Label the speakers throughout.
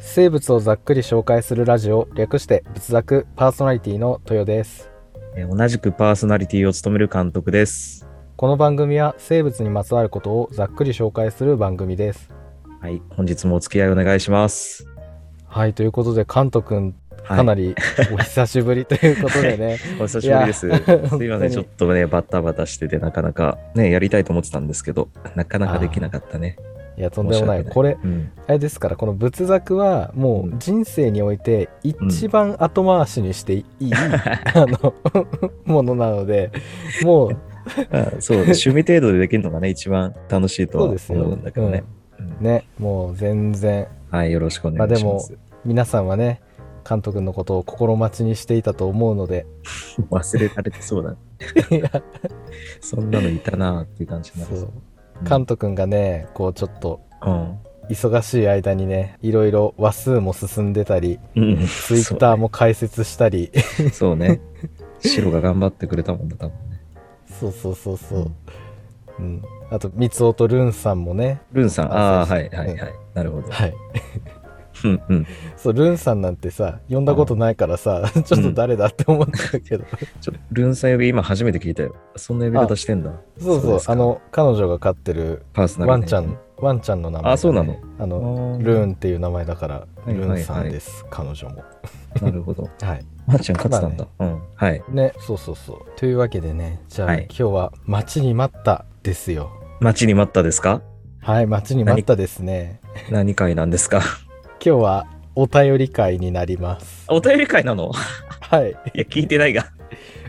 Speaker 1: 生物をざっくり紹介するラジオ略して仏作パーソナリティの豊です
Speaker 2: えー同じくパーソナリティを務める監督です。
Speaker 1: この番組は生物にまつわることをざっくり紹介する番組です
Speaker 2: はい、本日もお付き合いお願いします。
Speaker 1: はいということでカント君
Speaker 2: はい、
Speaker 1: かなりお久しぶり ということでね、
Speaker 2: お久しぶりです。すいま
Speaker 1: 本当
Speaker 2: せん、
Speaker 1: に
Speaker 2: ちょっとね、バタバタしてて、なかなかね、やりたいと思ってたんですけど、なかなかできなかったね。
Speaker 1: いやとんでもない
Speaker 2: 申し
Speaker 1: これ
Speaker 2: うん、
Speaker 1: あれですからこの仏作はもう人生において一番後回しにしてい い、あの ものなのでもう
Speaker 2: あ そう、趣味程度でできるのがね、一番楽しいと
Speaker 1: そ
Speaker 2: は
Speaker 1: う
Speaker 2: 思
Speaker 1: ですよ
Speaker 2: うんだけどね。うん
Speaker 1: ねもう全然
Speaker 2: はい、よろしくお願いします。
Speaker 1: 皆さんはね監督のことを心待ちにしていたと思うので
Speaker 2: 忘れられてそうだ、ね。
Speaker 1: いや
Speaker 2: そんなのいたなっていう感じになる。
Speaker 1: そう
Speaker 2: うん
Speaker 1: 監督がねこうちょっと
Speaker 2: うん
Speaker 1: 忙しい間にねいろいろ話数も進んでたり
Speaker 2: うん。
Speaker 1: ツイッターも解説したり
Speaker 2: そうそうね。白が頑張ってくれたもんだ、多分。
Speaker 1: そうそうそうそう、うん、あと三尾とルンさんもね
Speaker 2: ルンさん、
Speaker 1: あ
Speaker 2: ああー、
Speaker 1: そう
Speaker 2: は
Speaker 1: で
Speaker 2: い
Speaker 1: す
Speaker 2: はいはい。なるほど。
Speaker 1: はい
Speaker 2: うんうん。
Speaker 1: そうルンさんなんてさ呼んだことないからさ、 ちょっと誰だって思ったけど、
Speaker 2: ちょルンさん呼び、今初めて聞いたよ。そんな呼び方してんだ。
Speaker 1: そう
Speaker 2: で
Speaker 1: そう
Speaker 2: すか
Speaker 1: あ、の彼女が飼ってる
Speaker 2: パーソナル
Speaker 1: ワンちゃん。ワンちゃんの名前、
Speaker 2: あそうなの
Speaker 1: あ
Speaker 2: あ
Speaker 1: の
Speaker 2: ー
Speaker 1: ルーンっていう名前だから、
Speaker 2: いはい
Speaker 1: ル
Speaker 2: はい
Speaker 1: ーンさんです、彼女も
Speaker 2: なるほど。
Speaker 1: はい
Speaker 2: ワンちゃん勝ってたんだ。うん。はい。
Speaker 1: ねそうそうそうというわけでねじゃあ、
Speaker 2: はい
Speaker 1: 今日は待ちに待ったですよ
Speaker 2: 待ちに待ったですか
Speaker 1: はい待ちに待ったですね
Speaker 2: 何回なんですか
Speaker 1: 今日はお便り会になります
Speaker 2: お便り 会なの
Speaker 1: はい
Speaker 2: いや、聞いてないが。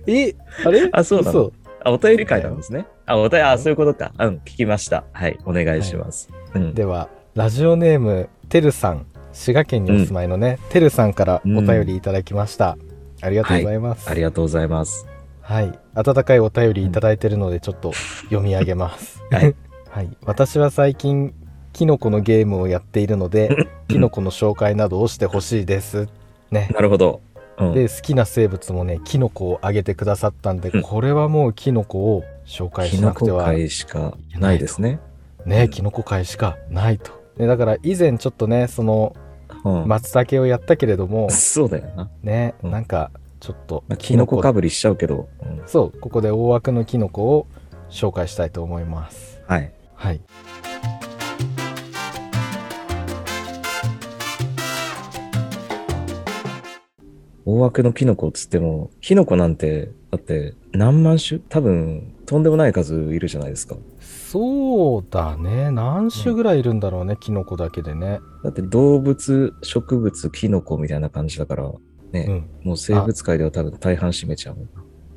Speaker 1: えあれ
Speaker 2: あそうなの
Speaker 1: 嘘
Speaker 2: あ、お便り会なんですね。あ、お便り、あ、そういうことか。うん、聞きました。はい、お願いします。うん。
Speaker 1: ではラジオネームてるさん滋賀県にお住まいのね、てるさんからお便りいただきました、ありがとうございます
Speaker 2: ありがとうございます。
Speaker 1: はい、温かいお便りいただいてるのでちょっ と読み上げます、
Speaker 2: はい、
Speaker 1: はい、私は最近キノコのゲームをやっているの でキノコの紹介などをしてほしいですね
Speaker 2: なるほど。うん、
Speaker 1: で好きな生物もねキノコをあげてくださったんで
Speaker 2: うん
Speaker 1: これはもうキノコを紹介
Speaker 2: キ
Speaker 1: し
Speaker 2: ノ
Speaker 1: なくて
Speaker 2: コ
Speaker 1: は
Speaker 2: 会しかないですね。
Speaker 1: ねキノコ会しかないと、ね、だから以前ちょっとねその
Speaker 2: うん。
Speaker 1: 松茸をやったけれども
Speaker 2: そうだよな。
Speaker 1: ね
Speaker 2: うん
Speaker 1: なんかちょっと
Speaker 2: まあ、キノコかぶりしちゃうけど。うん
Speaker 1: そうここで大枠のキノコを紹介したいと思います
Speaker 2: はい。
Speaker 1: はい。
Speaker 2: 大枠のキノコっつってもキノコなんてだって何万種多分とんでもない数いるじゃないですか
Speaker 1: そうだね。何種ぐらいいるんだろうね、キノコだけでね。
Speaker 2: だって動物植物キノコみたいな感じだからね、
Speaker 1: うん。
Speaker 2: もう生物界では多分大半占めちゃう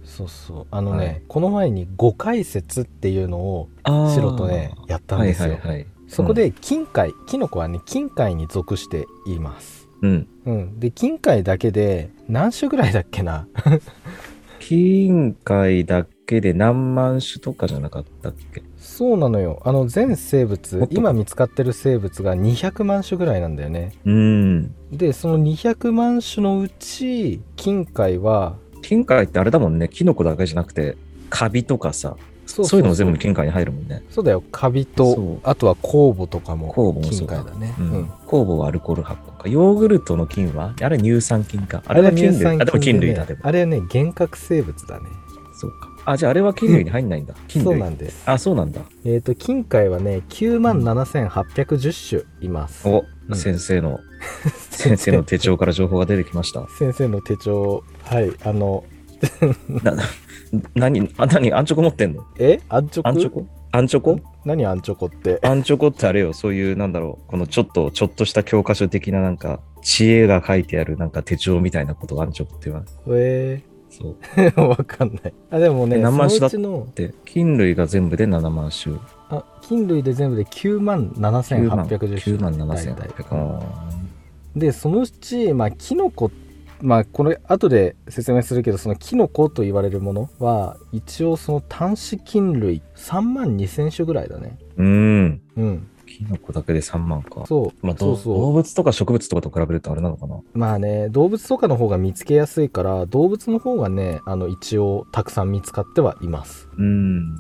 Speaker 1: そうそう。あのね、
Speaker 2: はい
Speaker 1: この前に五解説っていうのを
Speaker 2: ああ
Speaker 1: 白とね、やったん
Speaker 2: はい
Speaker 1: です
Speaker 2: は
Speaker 1: よ。
Speaker 2: いはい
Speaker 1: そこで金塊、キノコはね、金塊に属しています。
Speaker 2: うん
Speaker 1: うん。で、金塊だけで何種ぐらいだっけな
Speaker 2: 金塊だけで何万種とかじゃなかったっけ
Speaker 1: そうなのよ。あの、全生
Speaker 2: も
Speaker 1: 物
Speaker 2: っ、とか
Speaker 1: 今見つかってる生物が200万種ぐらいなんだよね。
Speaker 2: うん
Speaker 1: で、その200万種のうち、金塊は、
Speaker 2: 金塊ってあれだもんねキノコだけじゃなくてカビとかさ
Speaker 1: そ
Speaker 2: そういうのも全部金塊に入るもんね
Speaker 1: そうだよカビ
Speaker 2: そ
Speaker 1: と
Speaker 2: う
Speaker 1: あとは酵母とかも
Speaker 2: 酵母もそ
Speaker 1: 金
Speaker 2: うだ
Speaker 1: 塊だね、
Speaker 2: う
Speaker 1: うん
Speaker 2: ん、酵母はアルコール発酵か。ヨーグルトの菌はあれ乳酸菌か。あれは菌類。あ、でも菌類だ、で
Speaker 1: ね
Speaker 2: も。
Speaker 1: あれはね原核生物だね
Speaker 2: そうか。あ、じゃああれは菌類に入んないんだ。菌
Speaker 1: そう
Speaker 2: 類。
Speaker 1: なんです
Speaker 2: あ、そうなんだ。
Speaker 1: えっ、と金塊はね9万7810種います、
Speaker 2: お、
Speaker 1: うん
Speaker 2: 先生 の、先生の手帳から情報が出てきました。
Speaker 1: 先生の手帳はいあの
Speaker 2: な、な何、あ、何、アンチョコ持ってんの
Speaker 1: えアンチョコ
Speaker 2: アンチョコアンチョコ
Speaker 1: 何アンチョコって
Speaker 2: アンチョコってあれよ、そういう、なんだろう、このちょっと、ちょっとした教科書的ななんか、知恵が書いてあるなんか手帳みたいなことをアンチョコって言わない。
Speaker 1: え
Speaker 2: そう。
Speaker 1: ー、 わかんないあでもね
Speaker 2: え何万種だ
Speaker 1: そのうちの
Speaker 2: で、菌類が全部で7万種。
Speaker 1: あ菌類で全部で9万7810種
Speaker 2: 9万
Speaker 1: 大体
Speaker 2: 7800。あー
Speaker 1: でそのうち、まあ、キノコまあこれ後で説明するけどそのキノコと言われるものは一応その単子菌類3万2,000種ぐらいだね
Speaker 2: うん。
Speaker 1: うん
Speaker 2: キノコだけで3万か。
Speaker 1: そう、
Speaker 2: まあ、
Speaker 1: そ
Speaker 2: ど
Speaker 1: う
Speaker 2: 動
Speaker 1: そ
Speaker 2: 物とか植物とかと比べるとあれなのかな。
Speaker 1: うまあね動物とかの方が見つけやすいから動物の方がねあの一応たくさん見つかってはいます
Speaker 2: うん。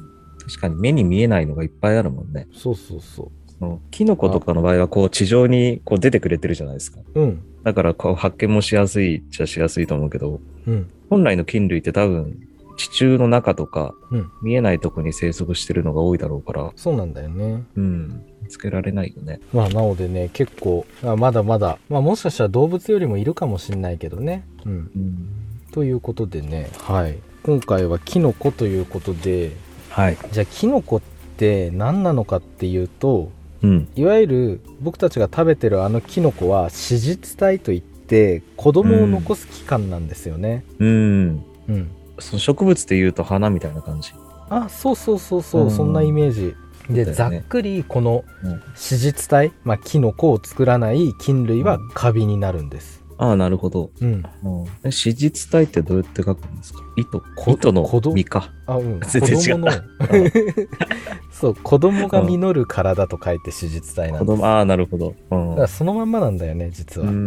Speaker 2: 確かに目に見えないのがいっぱいあるもんね。
Speaker 1: そうそうそう
Speaker 2: うんキノコとかの場合は、こう、地上にこう出てくれてるじゃないですか。
Speaker 1: うん
Speaker 2: だから、こう、発見もしやすいっちゃしやすいと思うけど、
Speaker 1: うん
Speaker 2: 本来の菌類って多分、地中の中とか、
Speaker 1: うん
Speaker 2: 見えないとこに生息してるのが多いだろうから、
Speaker 1: そうなんだよね
Speaker 2: うん、見つけられないよね。
Speaker 1: まあなのでね結構あまだまだ、まあ、もしかしたら動物よりもいるかもしれないけどねうんということでねはい今回はキノコということで
Speaker 2: はい。
Speaker 1: じゃあキノコって何なのかっていうと
Speaker 2: うん。
Speaker 1: いわゆる僕たちが食べてるあのキノコは子実体といって子供を残す器官なんですよね。
Speaker 2: うん。
Speaker 1: うん、
Speaker 2: その植物って言うと花みたいな感じ。
Speaker 1: あそうそうそうそう、
Speaker 2: うん
Speaker 1: そんなイメージ。で、
Speaker 2: そうだ
Speaker 1: ざ
Speaker 2: よ
Speaker 1: っ
Speaker 2: ね
Speaker 1: くりこの
Speaker 2: うん
Speaker 1: 子実体、まあ、キノコを作らない菌類はカビになるんです。
Speaker 2: ああ、なるほど。
Speaker 1: うん、
Speaker 2: え子実体ってどうやって書くんですか糸。
Speaker 1: こ
Speaker 2: 糸の
Speaker 1: こど
Speaker 2: 実か。
Speaker 1: あうん、子
Speaker 2: 全然
Speaker 1: 供
Speaker 2: 違
Speaker 1: の
Speaker 2: った
Speaker 1: そう子供が実る体と書いて子実体なん
Speaker 2: 子
Speaker 1: です。
Speaker 2: 供、
Speaker 1: だ
Speaker 2: ああ、なるほど。うん
Speaker 1: からそのまんまなんだよね実
Speaker 2: う
Speaker 1: は。
Speaker 2: ん。
Speaker 1: う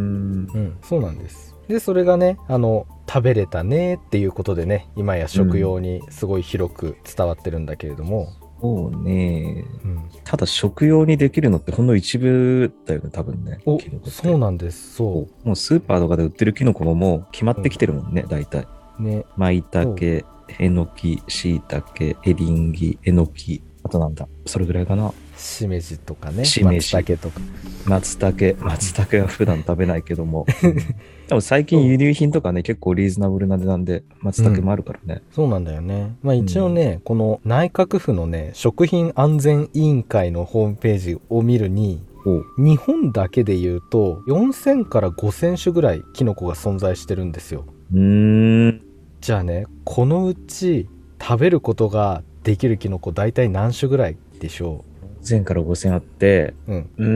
Speaker 1: ん、そうなんです。で、それがね、あの、食べれたねっていうことでね、今や食用にすごい広く伝わってるんだけれども、
Speaker 2: そうね。
Speaker 1: うん、
Speaker 2: ただ食用にできるのってほんの一部だよね、多分ね。
Speaker 1: お
Speaker 2: キノコって
Speaker 1: そうなんです、そ
Speaker 2: もうスーパーとかで売ってるキノコももう決まってきてるもんね、大体。
Speaker 1: う。ね、
Speaker 2: マイタケ、えのき、しいたけ、エリンギ、えのき、あとなんだ、それぐらいかな。
Speaker 1: しめじとかね、
Speaker 2: しめじ
Speaker 1: 松茸とか。
Speaker 2: 松茸、松茸は普段食べないけど も。うんでも最近輸入品とかね、結構リーズナブルな値段で松茸もあるからね。
Speaker 1: そうなんだよね。まあ一応ね、この内閣府のね、食品安全委員会のホームページを見るに、
Speaker 2: おう
Speaker 1: 日本だけで言うと、4000から5000種ぐらいキノコが存在してるんですよ。
Speaker 2: うーん。
Speaker 1: じゃあねこのうち食べることができるキノコ大体何種ぐらいでしょ
Speaker 2: 1000から5000あって、
Speaker 1: ううん
Speaker 2: うー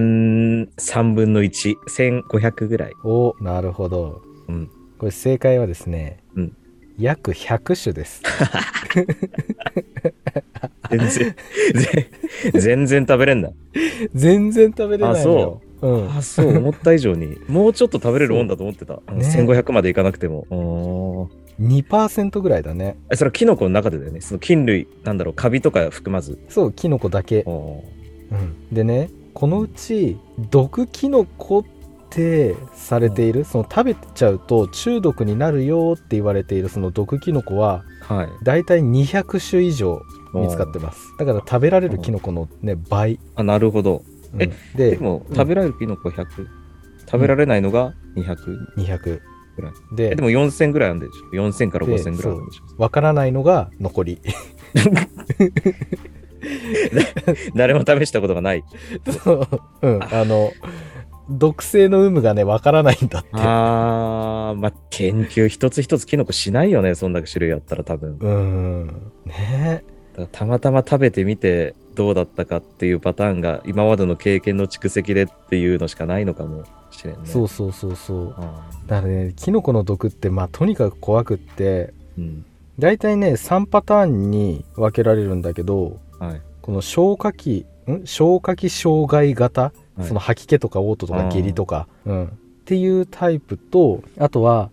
Speaker 2: ん、3分の1、1500ぐらい。
Speaker 1: おなるほど
Speaker 2: うん。
Speaker 1: これ正解はですね、
Speaker 2: うん
Speaker 1: 約100種です
Speaker 2: 全 然、全全然食べれんだ。
Speaker 1: 全然食べれないのようん
Speaker 2: あ、そう、思った以上に。もうちょっと食べれるもんだと思ってた。
Speaker 1: ね
Speaker 2: 1500までいかなくても。おー
Speaker 1: 2%ぐらいだね
Speaker 2: えそれはキノコの中でだよね。その菌類、なんだろう、カビとか含まず。
Speaker 1: そうキノコだけ、
Speaker 2: おー
Speaker 1: うん、でねこのうち毒キノコってされている、その食べちゃうと中毒になるよって言われているその毒キノコは
Speaker 2: はい。
Speaker 1: 大体200種以上見つかって
Speaker 2: る。
Speaker 1: ますだから食べられるキノコのね倍、
Speaker 2: あ、なるほど。
Speaker 1: うん
Speaker 2: え
Speaker 1: で
Speaker 2: でも、
Speaker 1: うん
Speaker 2: 食べられるキノコ100。食べられないのが200。
Speaker 1: 200
Speaker 2: ぐらい
Speaker 1: で
Speaker 2: えでも4000ぐらいあるんでしょ。4000から
Speaker 1: で
Speaker 2: 5000ぐらいあるんでしょ。
Speaker 1: わからないのが残り
Speaker 2: 誰も試したことがない。
Speaker 1: そう うんあの毒性の有無がねわからないんだって
Speaker 2: あー、まあ、研究一つ一つキノコしないよね。そんだけ種類あったら多分。
Speaker 1: うーんねえ
Speaker 2: だからたまたま食べてみてどうだったかっていうパターンが今までの経験の蓄積でっていうのしかないのかもしれんね。
Speaker 1: そうそうそうそう
Speaker 2: あ
Speaker 1: だからねキノコの毒ってまあとにかく怖くって
Speaker 2: ーうん。
Speaker 1: 大体ね3パターンに分けられるんだけど
Speaker 2: はい。
Speaker 1: この消化器ん消化器障害型
Speaker 2: はい
Speaker 1: その吐き気とか嘔吐と
Speaker 2: あ
Speaker 1: か
Speaker 2: ー
Speaker 1: 下痢とか、うん、っていうタイプとあとは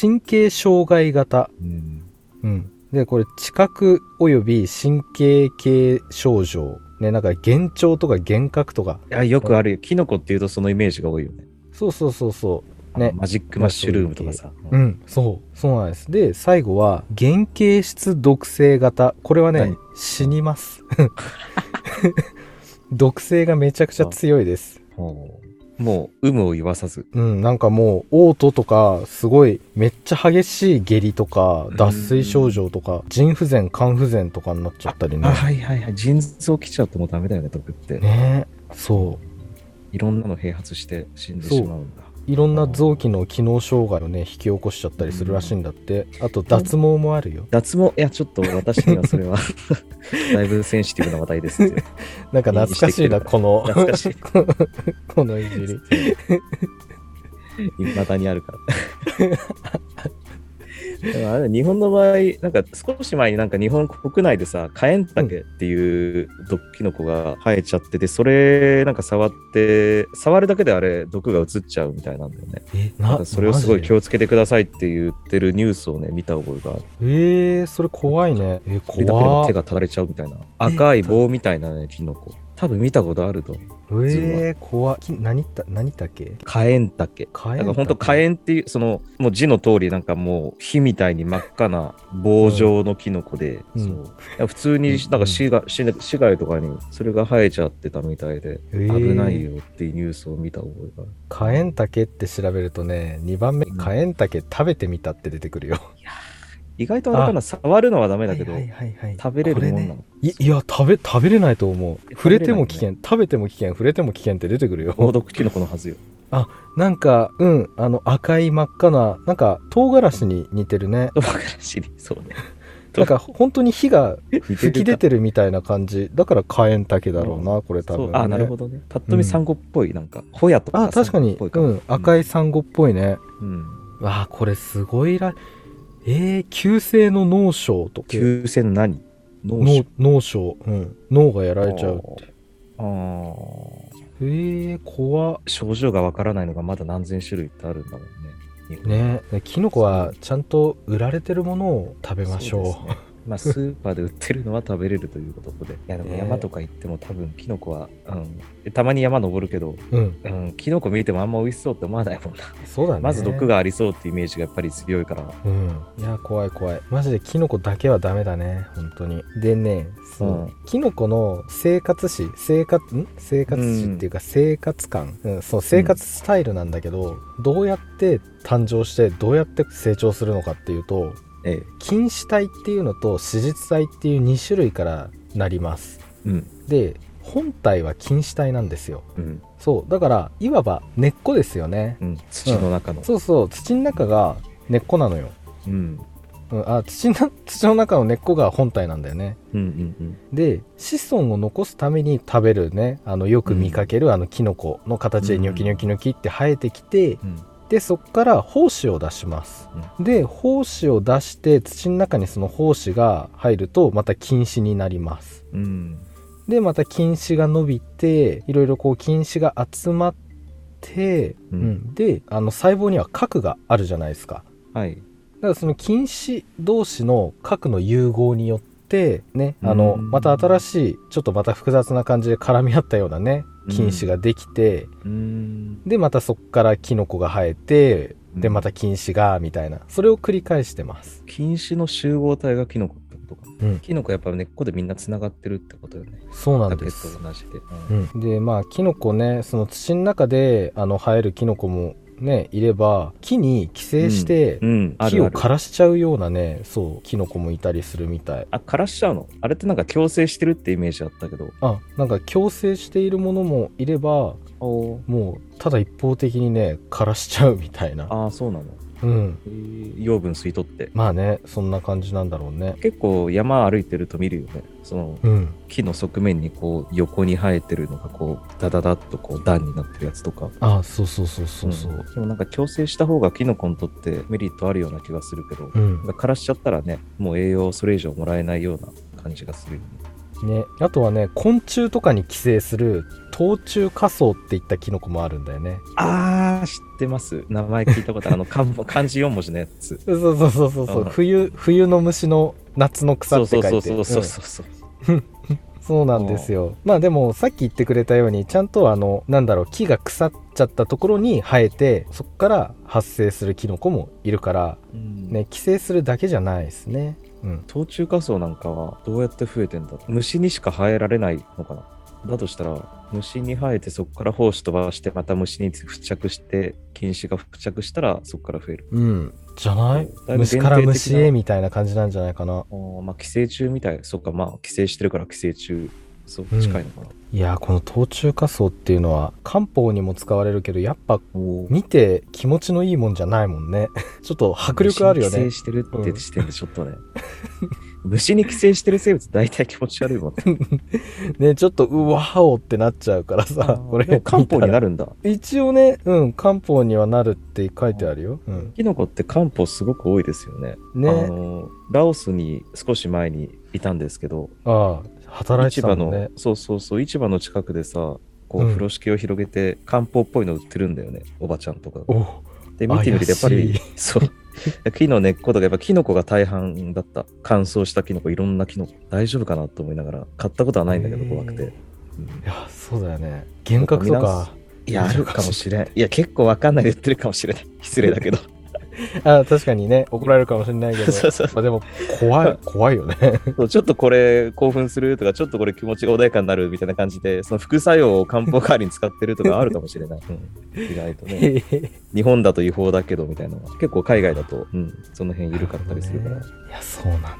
Speaker 1: 神経障害型、
Speaker 2: うん。
Speaker 1: うん、でこれ知覚および神経系症状ねなんか幻聴とか幻覚とか
Speaker 2: いや、よくあるよ。キノコっていうとそのイメージが多いよね。
Speaker 1: そうそうそうそ
Speaker 2: あ
Speaker 1: う
Speaker 2: の
Speaker 1: ね
Speaker 2: マジックマッシュルームとかさ。
Speaker 1: う
Speaker 2: うん
Speaker 1: んそうそうなんですで最後は原型質毒性型これはね
Speaker 2: 何
Speaker 1: 死にます 毒性がめちゃくちゃ強いです
Speaker 2: ほうもう、有無を言わさず。
Speaker 1: うん、なんかもう嘔吐とかすごいめっちゃ激しい下痢とか
Speaker 2: うん
Speaker 1: 脱水症状とか腎不全肝不全とかになっちゃったりね
Speaker 2: あ、はいはいはい。腎臓来ちゃうともうダメだよね、毒っ て。
Speaker 1: ねそ
Speaker 2: いろんなの併発して死んでしまうんだ。
Speaker 1: ういろんな臓器の機能障害をね引き起こしちゃったりするらしいんだってあと脱毛もあるよ
Speaker 2: 脱毛、いや、ちょっと私にはそれ は、だいぶセンシティブな話題です っていう。
Speaker 1: なんか懐かしいなこの
Speaker 2: 懐かしい。
Speaker 1: このいじり
Speaker 2: 未だにあるから。 でもあれ日本の場合、なんか少し前になんか日本国内でさ、カエンタケっていう毒キノコが生えちゃってて、それなんか触って、触るだけであれ毒が移っちゃうみたいなんだよね。
Speaker 1: え
Speaker 2: なんかそれをすごい
Speaker 1: マジ
Speaker 2: 気をつけてくださいって言ってるニュースをね、見た覚えがある。
Speaker 1: えー、それ怖いねえ
Speaker 2: それだけでも
Speaker 1: 怖
Speaker 2: 手
Speaker 1: っ
Speaker 2: がただれちゃうみたいな。赤い棒みたいなね、キノコ。多分見たことあると思う。
Speaker 1: えー、怖いき何た何だっけ
Speaker 2: カエンタケ。
Speaker 1: 火
Speaker 2: なんか本当火炎っていうそのもう字の通りなんかもう火みたいに真っ赤な棒状のキノコで、
Speaker 1: うん
Speaker 2: そういや普通になんか市が市内市街とかにそれが生えちゃってたみたいで
Speaker 1: 危
Speaker 2: 危ないよっていうニュースを見た覚えがある。
Speaker 1: カエンタケって調べるとね2番目
Speaker 2: うん
Speaker 1: カエンタケ食べてみたって出てくるよ
Speaker 2: 意外とあれかな触るのはダメだけど、
Speaker 1: はいはいはいはい
Speaker 2: 食べれるもんなの、
Speaker 1: いいや食べ食べれないと思う
Speaker 2: え
Speaker 1: 触れても危
Speaker 2: 食べ
Speaker 1: 険食べても危険触れても危険って出てくる
Speaker 2: 猛
Speaker 1: よ
Speaker 2: 毒キノコのはずよ。
Speaker 1: なんかうんあの赤い真っ赤ななんか唐辛子に似てるね
Speaker 2: とばかりしにそうね。
Speaker 1: なんか本当に火が
Speaker 2: 吹
Speaker 1: 吹き出てるみたいな感じだからカエンタケだろうなこれ多
Speaker 2: そう
Speaker 1: 分、ね、
Speaker 2: あなるほどね。パッと見サンゴっぽい、なんかホヤとか
Speaker 1: あ確かに、
Speaker 2: サンゴっ
Speaker 1: う
Speaker 2: ぽい
Speaker 1: ん、赤いサンゴっぽいね、
Speaker 2: うん
Speaker 1: わあこれすごいらえー、急性の脳症と
Speaker 2: 急性の何脳
Speaker 1: 脳脳症、うん、脳がやられちゃう
Speaker 2: あー
Speaker 1: えー、怖っ
Speaker 2: 症状がわからないのがまだ何千種類ってあるんだもんね。日本
Speaker 1: ねキノコはちゃんと売られてるものを食べまし
Speaker 2: そうで
Speaker 1: ょ
Speaker 2: すねまあ、スーパーで売ってるのは食べれるということで。いや、で も
Speaker 1: ね
Speaker 2: 山とか行っても多分キノコは、うん、たまに山登るけど、
Speaker 1: ううん
Speaker 2: うん、キノコ見てもあんま美味しそうって思わないもんな。
Speaker 1: そうだね
Speaker 2: まず毒がありそうってイメージがやっぱり強いから。
Speaker 1: うんいや怖い怖いマジでキノコだけはダメだね本当にでねその、
Speaker 2: うん
Speaker 1: キノコの生活史生活ん生活史っていうか生活感、うんそう生活スタイルなんだけど、どうやって誕生してどうやって成長するのかっていうと
Speaker 2: ええ。
Speaker 1: 菌糸体っていうのと子実体っていう2種類からなります
Speaker 2: うん。
Speaker 1: で本体は菌糸体なんですよ
Speaker 2: うん。
Speaker 1: そうだからいわば根っこですよね
Speaker 2: うん。土の中の。
Speaker 1: そうそう土の中が根っこなのよ
Speaker 2: うん。
Speaker 1: うん、あ土の 土の中の根っこが本体なんだよね
Speaker 2: うんうん
Speaker 1: で子孫を残すために食べるねあのよく見かける、あのキノコの形でニョキニョキニョキって生えてきて、
Speaker 2: うん。
Speaker 1: でそこから胞子を出します、で胞子を出して土の中にその胞子が入るとまた菌糸になります
Speaker 2: うん。うん。
Speaker 1: でまた菌糸が伸びていろいろこう菌糸が集まって、う
Speaker 2: う
Speaker 1: んん、であの細胞には核があるじゃないですか
Speaker 2: はい。
Speaker 1: だからその菌糸同士の核の融合によってねあの
Speaker 2: うん
Speaker 1: また新しいちょっとまた複雑な感じで絡み合ったようなね
Speaker 2: うん
Speaker 1: 菌糸ができて、
Speaker 2: うん。
Speaker 1: でまたそこからキノコが生えてで
Speaker 2: うん
Speaker 1: また菌糸がみたいなそれを繰り返してます
Speaker 2: 菌糸の集合体がキノコってことか。
Speaker 1: うん
Speaker 2: キノコやっぱ根っこでみんなつながってるってことよね。
Speaker 1: そうな
Speaker 2: タ
Speaker 1: ん
Speaker 2: ケ
Speaker 1: です
Speaker 2: と同じで。
Speaker 1: うん、でまあキノコねその土の中であの生えるキノコもねいれば木に寄生して、
Speaker 2: うん。あ
Speaker 1: 木
Speaker 2: るあ
Speaker 1: を
Speaker 2: る。
Speaker 1: 枯らしちゃうようなねそうキノコもいたりするみたい
Speaker 2: あ、枯らしちゃうのあれってなんか強制してるってイメージあったけど。
Speaker 1: あなんか共生しているものもいればもうただ一方的にね枯らしちゃうみたいな
Speaker 2: ああ、そうなの。
Speaker 1: うん
Speaker 2: えー養分吸い取って。
Speaker 1: まあねそんな感じなんだろうね
Speaker 2: 結構山歩いてると見るよね。その
Speaker 1: うん
Speaker 2: 木の側面にこう横に生えてるのがこうダダダッとこう段になってるやつとか。
Speaker 1: ああそうそうそうそうそうん
Speaker 2: でもなんか矯正した方がキノコにとってメリットあるような気がするけど、
Speaker 1: うん、
Speaker 2: 枯らしちゃったらね、もう栄養をそれ以上もらえないような感じがするよね。
Speaker 1: ねあとはね昆虫とかに寄生する冬虫花草っていったキノコもあるんだよね
Speaker 2: あー、知ってます。名前聞いたことある。あの、漢漢字4文字のやつ。
Speaker 1: そうそうそうそうそう
Speaker 2: うん
Speaker 1: 冬冬の虫の夏の草
Speaker 2: そ
Speaker 1: っ
Speaker 2: う
Speaker 1: て
Speaker 2: そ
Speaker 1: 書いうて
Speaker 2: そうそうそう
Speaker 1: うん
Speaker 2: そう。
Speaker 1: そうなんですよまあでもさっき言ってくれたようにちゃんとあのなんだろう木が腐っちゃったところに生えてそこから発生するキノコもいるから
Speaker 2: うん
Speaker 1: ね寄生するだけじゃないですねうん
Speaker 2: 冬虫夏草なんかはどうやって増えてんだ虫にしか生えられないのかなだとしたら虫に生えてそこから胞子飛ばしてまた虫に付着して菌糸が付着したらそこから増える。
Speaker 1: うんじゃない
Speaker 2: だいぶ限定的
Speaker 1: 虫
Speaker 2: な
Speaker 1: から虫へみたいな感じなんじゃないかな
Speaker 2: あーまあ寄生虫みたい。そっかまあ寄生してるから寄生虫。そう
Speaker 1: うん
Speaker 2: 近いのかな。
Speaker 1: いやーこの冬虫夏草っていうのは漢方にも使われるけどやっぱ
Speaker 2: おー
Speaker 1: 見て気持ちのいいもんじゃないもんね ちょっと迫力あるよ
Speaker 2: 虫に
Speaker 1: ね
Speaker 2: 寄生してるって時点でちょっとね。 虫に寄生してる生物大体気持ち悪いもん ね。
Speaker 1: ねちょっとうわおってなっちゃうからさこ
Speaker 2: でも
Speaker 1: れ
Speaker 2: 漢方にな
Speaker 1: る
Speaker 2: るんだ。
Speaker 1: 一応ねうん漢方にはなるって書いてあるよ、うん、
Speaker 2: キノコって漢方すごく多いですよね。あ
Speaker 1: ね
Speaker 2: のラオスに少し前にいたんですけど、
Speaker 1: ああ働いて
Speaker 2: 市
Speaker 1: た
Speaker 2: 場
Speaker 1: もん
Speaker 2: の、
Speaker 1: ね
Speaker 2: そうそうそう市場の近くでさこ
Speaker 1: う
Speaker 2: うん風呂敷を広げて漢方っぽいの売ってるんだよね、おばちゃんとかが
Speaker 1: お
Speaker 2: で見てみるとやっぱ
Speaker 1: 怪
Speaker 2: り
Speaker 1: し
Speaker 2: そう木の根っことかやっぱキノコが大半だった乾燥したキノコいろんなキノコ大丈夫かなと思いながら買ったことはないんだけど
Speaker 1: へえ
Speaker 2: 怖くて
Speaker 1: いやそうだよね幻覚とか
Speaker 2: いや、あるかもしれん。いや、結構わかんないで言ってるかもしれない。 失礼だけど。
Speaker 1: あ確かにね怒られるかもしれないけど
Speaker 2: そうそう
Speaker 1: まあでも怖い怖いよね
Speaker 2: そうちょっとこれ興奮するとか、ちょっとこれ気持ちが穏やかになるみたいな感じで、その副作用を漢方代わりに使ってるとかあるかもしれない。うん意外 とね。日本だと違法だけどみたいなのは結構海外だと、うん、その辺緩かったりするから。
Speaker 1: なほどねいやそうなんだ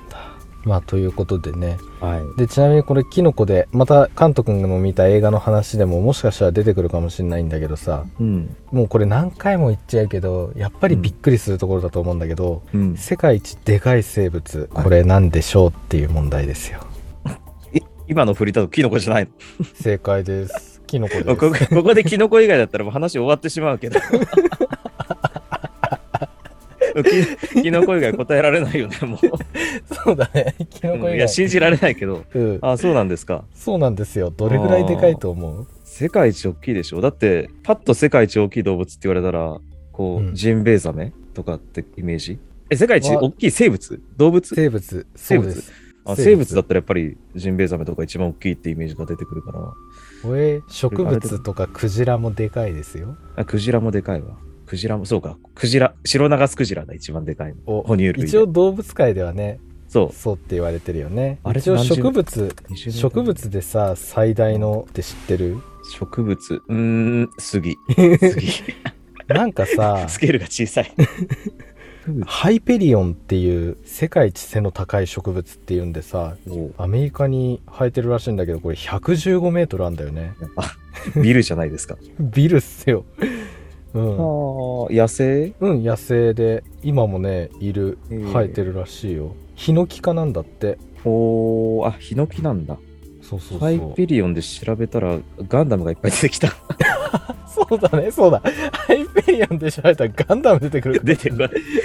Speaker 1: まあということでね
Speaker 2: はい。
Speaker 1: でちなみにこれキノコでまたカント君の見た映画の話でももしかしたら出てくるかもしれないんだけどさ
Speaker 2: うん。
Speaker 1: もうこれ何回も言っちゃうけどやっぱりびっくりするところだと思うんだけど、
Speaker 2: うん、
Speaker 1: 世界一でかい生物これなんでしょうっていう問題ですよ、
Speaker 2: 今の振りだとキノコじゃないの
Speaker 1: 正解ですキノコで
Speaker 2: ここ
Speaker 1: す
Speaker 2: ここでキノコ以外だったらもう話終わってしまうけ ど。キキノコ以外答えられないよね、もう。
Speaker 1: そうだねキノコ
Speaker 2: うん
Speaker 1: 以
Speaker 2: い
Speaker 1: 外、
Speaker 2: や、信じられないけど。
Speaker 1: うん、
Speaker 2: あ、そうなんですか。
Speaker 1: そうなんですよどれぐらいでかいと思う
Speaker 2: 世界一大きいでしょだってパッと世界一大きい動物って言われたらこう、
Speaker 1: うん
Speaker 2: ジンベエザメとかってイメージえ世界一
Speaker 1: わ
Speaker 2: 大きい生物動物
Speaker 1: 生物
Speaker 2: 生
Speaker 1: そう
Speaker 2: 物
Speaker 1: です
Speaker 2: あ生物だったらやっぱりジンベエザメとか一番大きいってイメージが出てくるから
Speaker 1: これ植物とかクジラもでかいですよ
Speaker 2: あクジラもでかいわクジラもそうかクジラシロナガスクジラが一番でかいの
Speaker 1: お
Speaker 2: 哺乳類で
Speaker 1: 一応動物界ではね
Speaker 2: そ
Speaker 1: そうって言われてるよね
Speaker 2: あれ
Speaker 1: 一応
Speaker 2: 何十
Speaker 1: 植物
Speaker 2: う20
Speaker 1: 植物でさ最大のって知ってる
Speaker 2: 植物うーん 杉杉
Speaker 1: なんか さ
Speaker 2: スケールが小さ い
Speaker 1: ハイペリオンっていう世界一背の高い植物っていうんでさ
Speaker 2: もう
Speaker 1: アメリカに生えてるらしいんだけどこれ115メートルあんだよね
Speaker 2: やっぱビルじゃないですか
Speaker 1: ビルっすようん
Speaker 2: あ野生
Speaker 1: うん野生で今もねいる
Speaker 2: へえ
Speaker 1: 生えてるらしいよヒノキ科なんだって
Speaker 2: おーあヒノキなんだ
Speaker 1: そうそうそ
Speaker 2: ハイ
Speaker 1: う
Speaker 2: ペリオンで調べたらガンダムがいっぱい出てき た
Speaker 1: そうだねそうだハイペリオンで調べたらガンダム出てくる
Speaker 2: 出てる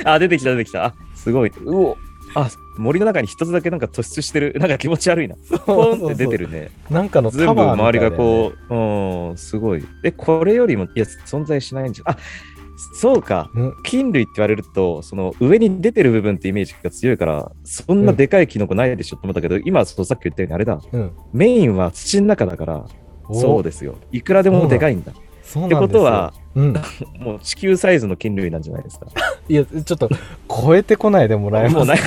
Speaker 2: あ出てきた出てきたあすごいうおあ森の中に一つだけなんか突出してるなんか気持ち悪いなポンって出てるね
Speaker 1: なんかのタ
Speaker 2: 全部
Speaker 1: ワー
Speaker 2: 周り
Speaker 1: みたいだよ
Speaker 2: が
Speaker 1: ね
Speaker 2: こう、うんすごいえこれよりもいや存在しないんじゃあそうか
Speaker 1: うん
Speaker 2: 菌類って言われるとその上に出てる部分ってイメージが強いからそんなでかいキノコないでしょと思ったけど、今そうさっき言ったようにあれだ
Speaker 1: うん、
Speaker 2: メインは土の中だから
Speaker 1: お
Speaker 2: そうですよいくらでもでかいんだ
Speaker 1: そうなんですよ
Speaker 2: ってことは、
Speaker 1: うん、
Speaker 2: もう地球サイズの菌類なんじゃないですか。
Speaker 1: いやちょっと超えてこないでもらえ
Speaker 2: も
Speaker 1: ます
Speaker 2: うない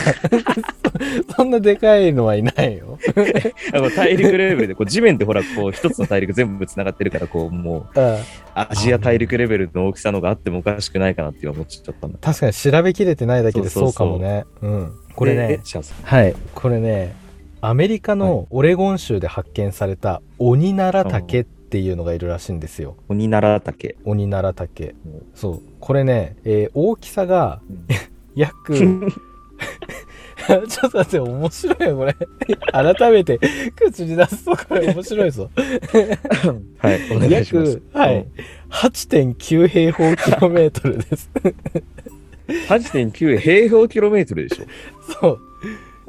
Speaker 1: そんなでかいのはいないよ
Speaker 2: あの大陸レベルでこう地面ってほらこう 一つの大陸全部つながってるからこうもう
Speaker 1: あ
Speaker 2: アジア大陸レベルの大きさのがあってもおかしくないかなって今思っちゃったんだ。
Speaker 1: 確かに調べきれてないだけで
Speaker 2: そ
Speaker 1: そうう
Speaker 2: そ
Speaker 1: か
Speaker 2: うそう
Speaker 1: もねうんこれ
Speaker 2: で
Speaker 1: ね
Speaker 2: えじゃあさ
Speaker 1: はいこれねアメリカのオレゴン州で発見されたオニナラタケっていうのがいるらしいんですよ
Speaker 2: オニナラタケ。
Speaker 1: オニナラタケ
Speaker 2: うん
Speaker 1: そうこれね、えー大きさが
Speaker 2: うん
Speaker 1: 約 ち ょっと待って面白いよこれ 改めて口に出すとこれ面白いぞ
Speaker 2: はい、お願いします
Speaker 1: 約、。はい、8.9平方キロメートルです。
Speaker 2: 8.9平方キロメートル でし
Speaker 1: そう。
Speaker 2: ょ。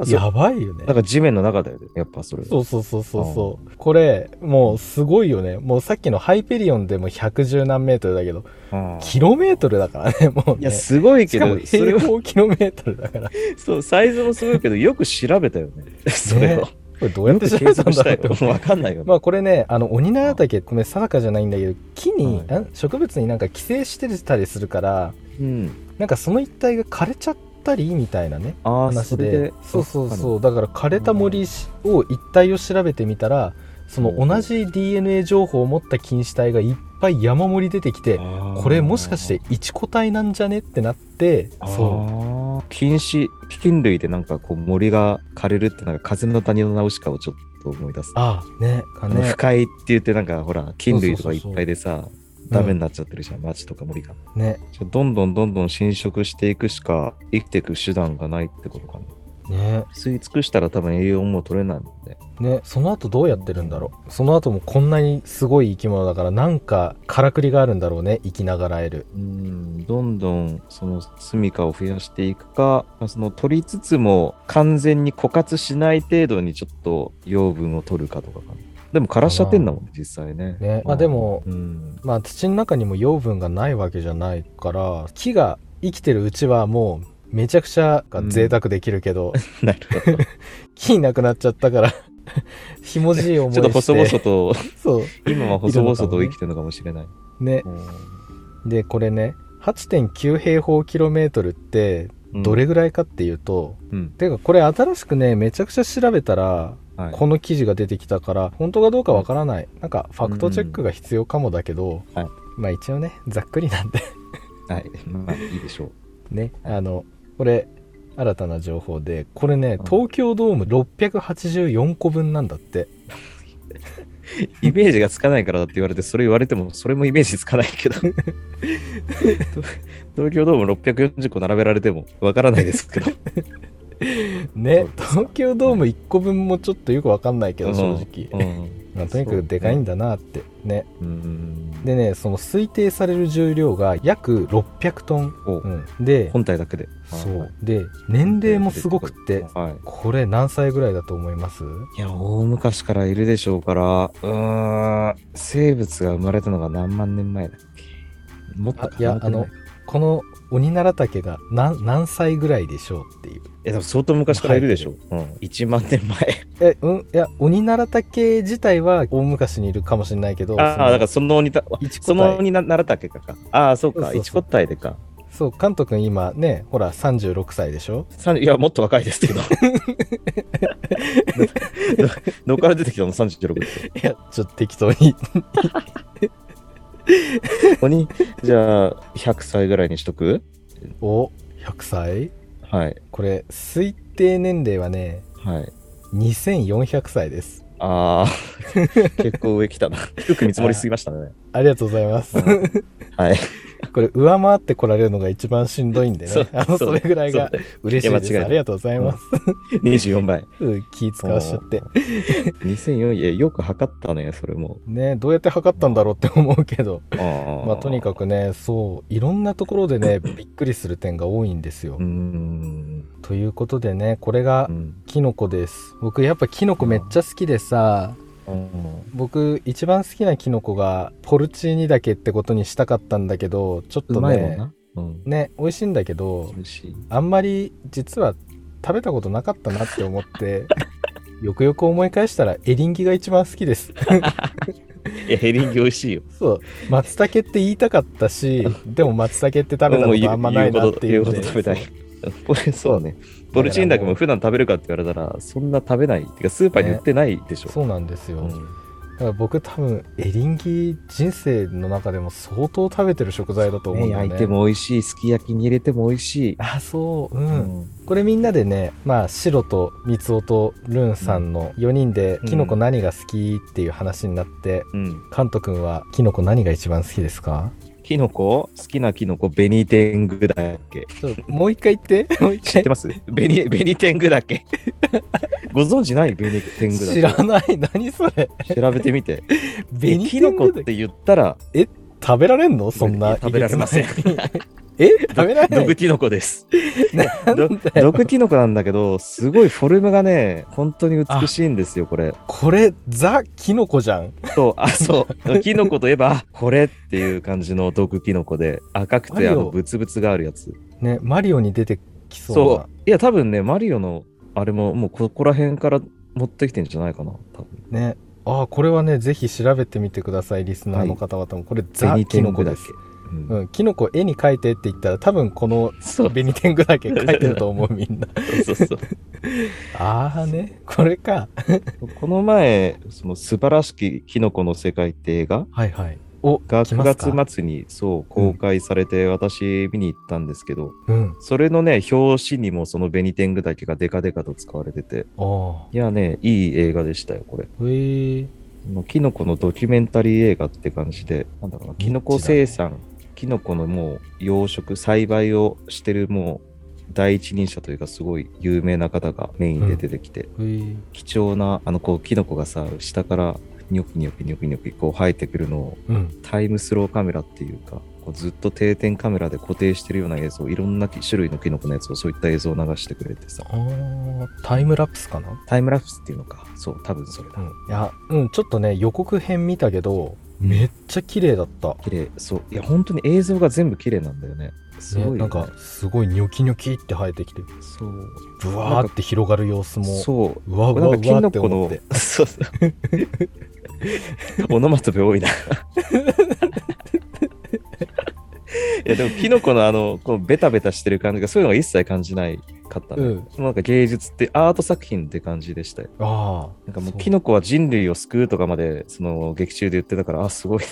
Speaker 2: そう
Speaker 1: やばいよ
Speaker 2: だ
Speaker 1: ね。
Speaker 2: から地面の中だよね。やっぱそれ。
Speaker 1: そうそうそうそうそう。これ、もうすごいよね。もうさっきのハイペリオンでも110何メートルだけど、
Speaker 2: あー
Speaker 1: キロメートルだからね、もう、ね。
Speaker 2: いや、すごいけ
Speaker 1: しかも
Speaker 2: ど、それ
Speaker 1: 平
Speaker 2: は、
Speaker 1: 方キロメートルだから。
Speaker 2: そう、サイズもすごいけど、よく調べたよね。 それを。
Speaker 1: これどうやって調べたんだろうって
Speaker 2: よく計算したよわかんないよね。
Speaker 1: まあこれね、あの、オニナラタケ、ごめん、定かじゃないんだけど、木に、
Speaker 2: はい
Speaker 1: ん植物になんか寄生してたりするから、
Speaker 2: うん。
Speaker 1: なんかその一帯が枯れちゃったりみたいなね、
Speaker 2: ああ、
Speaker 1: 話
Speaker 2: それ
Speaker 1: で
Speaker 2: で。
Speaker 1: そうそう
Speaker 2: う。
Speaker 1: そうだから枯れた森を一体を調べてみたらその同じ DNA 情報を持った菌糸体がいっぱい山盛り出てきてこれもしかして一個体なんじゃねってなってそう
Speaker 2: そう。禁止、菌類でなんかこう森が枯れるってなんか風の谷のナウシカをちょっと思い出す。
Speaker 1: ああねか
Speaker 2: あの
Speaker 1: ね
Speaker 2: 不快って言ってなんかほら、菌類と
Speaker 1: そうそ
Speaker 2: かい
Speaker 1: そ
Speaker 2: う
Speaker 1: うそう
Speaker 2: っぱいでさ、ダメになっちゃってるじゃん、町とか森が。
Speaker 1: ね
Speaker 2: じゃあどんどんどんどん侵食していくしか生きていく手段がないってことかな。
Speaker 1: ね
Speaker 2: 吸い尽くしたら多分栄養も取れないもんね。
Speaker 1: ねその後どうやってるんだろうその後もこんなにすごい生き物だからなんかからくりがあるんだろうね生きながらえる
Speaker 2: うんどんどんその住みかを増やしていくかまあその取りつつも完全に枯渇しない程度にちょっと養分を取るかとかかなでも枯らしちゃってんだもんね実際ね
Speaker 1: ねまあでも
Speaker 2: うん
Speaker 1: まあ土の中にも養分がないわけじゃないから木が生きてるうちはもう めちゃくちゃが贅沢できるけど、
Speaker 2: なるほど
Speaker 1: 木いなくなっちゃったからひもじい思いし
Speaker 2: ちょ
Speaker 1: て
Speaker 2: っと細々と、
Speaker 1: そう
Speaker 2: 今は細々と生きてるのかもしれない。
Speaker 1: ねでこれね8.9平方キロメートルって
Speaker 2: うん
Speaker 1: どれぐらいかっていうと、
Speaker 2: うん。
Speaker 1: てかこれ新しくねめちゃくちゃ調べたら
Speaker 2: はい。
Speaker 1: この記事が出てきたから本当かどうかわからないなんかファクトチェックが必要かもだけど、
Speaker 2: うんはい
Speaker 1: まあ一応ねざっくりなんで
Speaker 2: はい。まあ、いいでしょう。
Speaker 1: ね
Speaker 2: はい
Speaker 1: あのこれ新たな情報でこれね
Speaker 2: うん
Speaker 1: 東京ドーム684個分なんだって
Speaker 2: イメージがつかないからだって言われて、それ言われても、それもイメージつかない けど。東東京ドーム640個並べられてもわからないですけ ど。
Speaker 1: ね
Speaker 2: そう
Speaker 1: 東京ドーム1個分もちょっとよくわかんないけど正直、
Speaker 2: うん
Speaker 1: まあとにかくでかいんだなってね
Speaker 2: うん。
Speaker 1: でねその推定される重量が約600トン、
Speaker 2: お
Speaker 1: うん、で
Speaker 2: 本体だけで。
Speaker 1: そうで年齢もすごくって
Speaker 2: はい。
Speaker 1: これ何歳ぐらいだと思います
Speaker 2: いや、大昔からいるでしょうから、うーん、生物が生まれたのが何万年前だっけもっと
Speaker 1: あいや
Speaker 2: もっと
Speaker 1: あのこの鬼奈良竹が何何歳ぐらいでしょうっていう
Speaker 2: え、でも相当昔からいるでしょ。うん、1万年前。
Speaker 1: えうんいや鬼奈良竹自体は大昔にいるかもしれないけど
Speaker 2: ああ、だ
Speaker 1: その
Speaker 2: からその似た、
Speaker 1: 一個体
Speaker 2: そのになならたっけかか。ああ、そう
Speaker 1: そうそう
Speaker 2: か、
Speaker 1: そう
Speaker 2: 一個体でか。
Speaker 1: そう関東君今ねほら36歳でしょ
Speaker 2: 三いや、もっと若いですけど。 どどっから出てきたの ?36 ですよ
Speaker 1: いやちょっと適当に
Speaker 2: ここに、じゃあ、100歳ぐらいにしとく
Speaker 1: お100歳
Speaker 2: はい。
Speaker 1: これ推定年齢はね
Speaker 2: はい。
Speaker 1: 2400歳です
Speaker 2: ああ、結構上来たな。低く見積もりすぎましたね。
Speaker 1: ありがとうござい ます
Speaker 2: うんはい。
Speaker 1: これ上回ってこられるのが一番しんどいんで
Speaker 2: そう
Speaker 1: ねあの
Speaker 2: そう
Speaker 1: それぐらいが
Speaker 2: そう
Speaker 1: 嬉しいです
Speaker 2: いや間違いない
Speaker 1: ありがとうございます、
Speaker 2: 24倍。
Speaker 1: うん気使わしちゃって
Speaker 2: 2004、え、よく測ったね、それも。
Speaker 1: ねどうやって測ったんだろうって思うけど
Speaker 2: あ
Speaker 1: まあとにか
Speaker 2: く。
Speaker 1: くねそういろんなところでね びっくりする点が多いんですよ、
Speaker 2: うーん。
Speaker 1: ということでねこれが
Speaker 2: うん
Speaker 1: キノコです僕やっぱキノコめっちゃ好きでさ
Speaker 2: うん
Speaker 1: 僕一番好きなキノコがポルチーニだけってことにしたかったんだけどちょっ
Speaker 2: う
Speaker 1: と
Speaker 2: まいもん
Speaker 1: ね
Speaker 2: な。うん。
Speaker 1: ね美味しいんだけど
Speaker 2: 美味しい。
Speaker 1: あんまり実は食べたことなかったなって思って よくよく思い返したらエリンギが一番好きです
Speaker 2: いや、ヘリンギ美味しいよ。
Speaker 1: そう松茸って言いたかったしでも松茸って食べた
Speaker 2: も
Speaker 1: こ
Speaker 2: う言
Speaker 1: と
Speaker 2: う
Speaker 1: あんまないなっていう
Speaker 2: 言うこと
Speaker 1: の
Speaker 2: 言
Speaker 1: で
Speaker 2: うこと食べたい。ポルそうね。ポルチーニだけも普段食べるかって言われたら、そんな食べない。てか、スーパーに売ってないでしょ。
Speaker 1: そうなんですよ、
Speaker 2: う
Speaker 1: だか
Speaker 2: ん
Speaker 1: ら僕多分エリンギ人生の中でも相当食べてる食材だと思うん
Speaker 2: ね
Speaker 1: だよね
Speaker 2: 焼いても美味しい、すき焼きに入れても美味しい。
Speaker 1: あそうう、
Speaker 2: うんん。
Speaker 1: これみんなでねまあシロとミツオとルンさんの4人で
Speaker 2: うん
Speaker 1: キノコ何が好きっていう話になって、
Speaker 2: うん。
Speaker 1: カント君はキノコ何が一番好きですか
Speaker 2: キノコ好きなキノコ、ベニテングだっけ
Speaker 1: ちょっともう一回言ってもう一
Speaker 2: 知っ
Speaker 1: 回
Speaker 2: てますベニ、ベニテングだっけご存知ないベニテングだっ
Speaker 1: 知らない何それ
Speaker 2: け調べてみて。え
Speaker 1: 紅
Speaker 2: キ
Speaker 1: 天
Speaker 2: ノコ
Speaker 1: 狗
Speaker 2: って言ったら、
Speaker 1: 食べられんのそんな
Speaker 2: 食べられません
Speaker 1: いけつ ないえ食べられない
Speaker 2: 毒キノコです。
Speaker 1: なんだよ
Speaker 2: ど毒キノコなんだけど、すごいフォルムがね、本当に美しいんですよ、これ。
Speaker 1: これザキノコじゃん
Speaker 2: そう、あ、そう。 キノコといえば、あこれっていう感じの毒キノコで、赤く
Speaker 1: マリ
Speaker 2: て
Speaker 1: オ
Speaker 2: あのブツブツがあるやつ。
Speaker 1: ねマリオに出てき
Speaker 2: そう
Speaker 1: そうない
Speaker 2: や、多分ね、マリオの、あれももうここら辺から持ってきてんじゃないかな、多分。
Speaker 1: ねあーこれはねぜひ調べてみてくださいリスナーの方々もこれザ
Speaker 2: 紅
Speaker 1: キ
Speaker 2: 天
Speaker 1: ノコ
Speaker 2: 狗だ
Speaker 1: で
Speaker 2: っ
Speaker 1: す
Speaker 2: け。うん
Speaker 1: うん、キノコ絵に描いてって言ったら多分この
Speaker 2: そう
Speaker 1: 紅天狗だけ描いてると思うみんな
Speaker 2: そうそうそう。
Speaker 1: ああねこれか
Speaker 2: この前、その素晴らしきキノコの世界って映画
Speaker 1: はいはいお
Speaker 2: が
Speaker 1: 来ますか
Speaker 2: 9月末にそう公開されて、私見に行ったんですけど、
Speaker 1: うん
Speaker 2: それのね、表紙にもそのベニテングだけがデカデカと使われてて、
Speaker 1: あ
Speaker 2: いやね、いい映画でしたよ、これ。
Speaker 1: あへえ
Speaker 2: もうキノコのドキュメンタリー映画って感じで、なんだろうな、キノコ生産、キノコのもう養殖、栽培をしてるもう第一人者というか、すごい有名な方がメインで出てきて、
Speaker 1: へ
Speaker 2: 貴重な、あの、こう、キノコがさ、下からニョキニョキニョキニョキこう生えてくるのを
Speaker 1: うん
Speaker 2: タイムスローカメラっていうか、こうずっと定点カメラで固定してるような映像、いろんな種類のキノコのやつをそういった映像を流してくれてさ、
Speaker 1: あータイムラプスかな
Speaker 2: タイムラプスっていうのか、そう、多分それだ。
Speaker 1: うんいやうんちょっとね予告編見たけどめっちゃ綺麗だった、
Speaker 2: 綺麗そういや本当に映像が全部綺麗なんだよねすごいよね、
Speaker 1: ねなんかすごいニョキニョキって生えてきて
Speaker 2: そう
Speaker 1: ブワーって広がる様子も
Speaker 2: そう
Speaker 1: うわう
Speaker 2: これな
Speaker 1: わ
Speaker 2: ん
Speaker 1: う
Speaker 2: かキ
Speaker 1: わ
Speaker 2: ノ
Speaker 1: って
Speaker 2: コ
Speaker 1: 思っ
Speaker 2: の
Speaker 1: て
Speaker 2: そうそうオノマトペ多いないやでもキノコのあのこのベタベタしてる感じがそういうのが一切感じないかったね、
Speaker 1: うん
Speaker 2: なんか芸術ってアート作品って感じでしたよ
Speaker 1: ああ
Speaker 2: なんかもう
Speaker 1: そう
Speaker 2: キノコは人類を救うとかまでその劇中で言ってたからあすごいな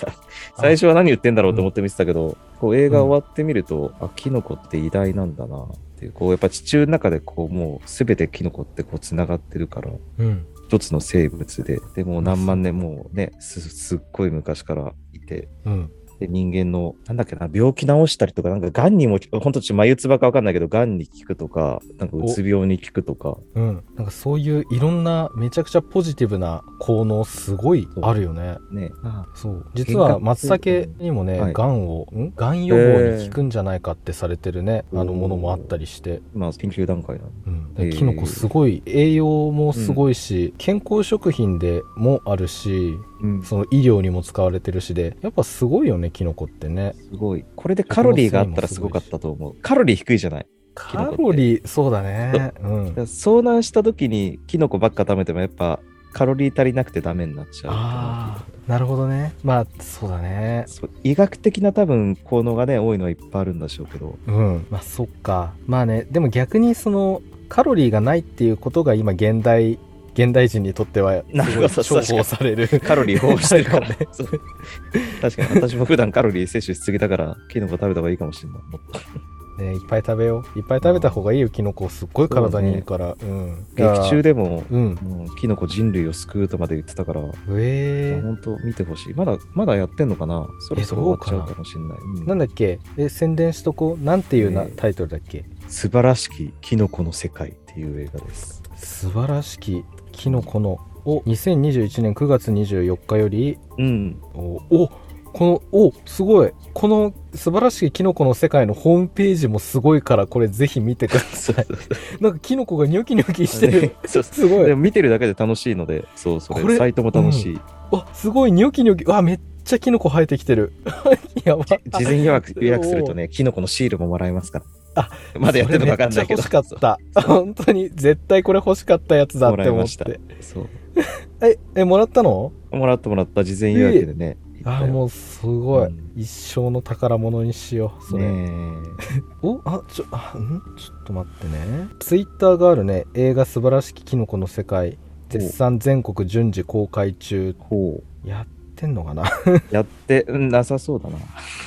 Speaker 2: 最初は何言ってんだろうと思って見てたけど、こう映画終わってみると、あキノコって偉大なんだなっていうこうやっぱ地中の中でこうもう全てキノコってこうつながってるから
Speaker 1: うん
Speaker 2: 一つの生物ででもう何万年もうねすすっごい昔からいて
Speaker 1: うん
Speaker 2: で人間のなんだっけな病気治したりとかなんかがんにも本当ちょっと眉唾か分かんないけどがんに効くとかなんかうつ病に効くとか
Speaker 1: うん、なんかそういういろんなめちゃくちゃポジティブな効能すごいあるよね
Speaker 2: ね
Speaker 1: そう実は松茸にもね、
Speaker 2: はい
Speaker 1: がんをんがん予防に効くんじゃないかってされてるね、
Speaker 2: えー
Speaker 1: あのものもあったりして、
Speaker 2: 今研究段階なの
Speaker 1: うん、
Speaker 2: え
Speaker 1: で
Speaker 2: ー
Speaker 1: キノコすごい栄養もすごいし、健康食品でもあるし
Speaker 2: うん
Speaker 1: その医療にも使われてるしでやっぱすごいよねキノコってね
Speaker 2: すごい。これでカロリーがあったらすごかったと思う。カロリー低いじゃない。キノ
Speaker 1: カ
Speaker 2: コって
Speaker 1: ロリーそうだねうん
Speaker 2: だから遭難した時にキノコばっか食べてもやっぱカロリー足りなくてダメになっちゃう。
Speaker 1: ああなるほどねまあそうだね
Speaker 2: そう医学的な多分効能がね多いのはいっぱいあるんでしょうけど。
Speaker 1: うんまあそっかまあねでも逆にそのカロリーがないっていうことが今現代現代人にとっては
Speaker 2: なるほど
Speaker 1: すごい重宝される
Speaker 2: カロリー
Speaker 1: 飽
Speaker 2: 飽
Speaker 1: 和
Speaker 2: 和
Speaker 1: し
Speaker 2: してて
Speaker 1: る
Speaker 2: る
Speaker 1: か
Speaker 2: からら
Speaker 1: ね
Speaker 2: ね。そう確かに私も普段カロリー摂取しすぎだからキノコ食べた方がいいかもしれない。もっと
Speaker 1: ねいっぱい食べよういっぱい食べた方がいいよキノコすっごい体にいいからう,、んだから
Speaker 2: 劇中でも、
Speaker 1: うん
Speaker 2: もうキノコ人類を救うとまで言ってたから。
Speaker 1: え
Speaker 2: 本当見てほしい。まだ、まだやってんのかなそろそろ終わっちゃうかもしれない。う
Speaker 1: ー、
Speaker 2: ん
Speaker 1: なんだっけえ宣伝しとこうなんていうな、
Speaker 2: ね
Speaker 1: タイトルだっけ
Speaker 2: 素晴らしきキノコの世界っていう映画です。
Speaker 1: 素晴らしきキノコのを2021年9月24日より
Speaker 2: うん。
Speaker 1: おおこのおすごいこの素晴らしいキノコの世界のホームページもすごいからこれ ぜひ見てくだ
Speaker 2: そう
Speaker 1: さいなんかキノコがニョキニョキしてる
Speaker 2: そう
Speaker 1: すご
Speaker 2: で
Speaker 1: い
Speaker 2: も見てるだけで楽しいので、そうそ
Speaker 1: こ
Speaker 2: れ、
Speaker 1: れ
Speaker 2: サイトも楽しい。
Speaker 1: わすごいニョキニョキわめっちゃキノコ生えてきてる やば
Speaker 2: 事前予約予約するとね、キノコのシールももらえますから。
Speaker 1: あ
Speaker 2: まだやってるのか分かんないけど。
Speaker 1: それめっちゃ欲しかった 本当に絶対これ欲しかったやつだって
Speaker 2: もらい
Speaker 1: 思っ
Speaker 2: ました
Speaker 1: て
Speaker 2: そう
Speaker 1: ええもらったの
Speaker 2: もらってもらった事前予約でね。
Speaker 1: あーもうすごい、
Speaker 2: うん
Speaker 1: 一生の宝物にしようそれ、
Speaker 2: ね
Speaker 1: おあちょあんちょっと待ってねツイッターがあるね映画「素晴らしきキノコの世界」絶賛全国順次公開中
Speaker 2: えほ
Speaker 1: やってんのかな
Speaker 2: う。やって、うん、なさそうだな。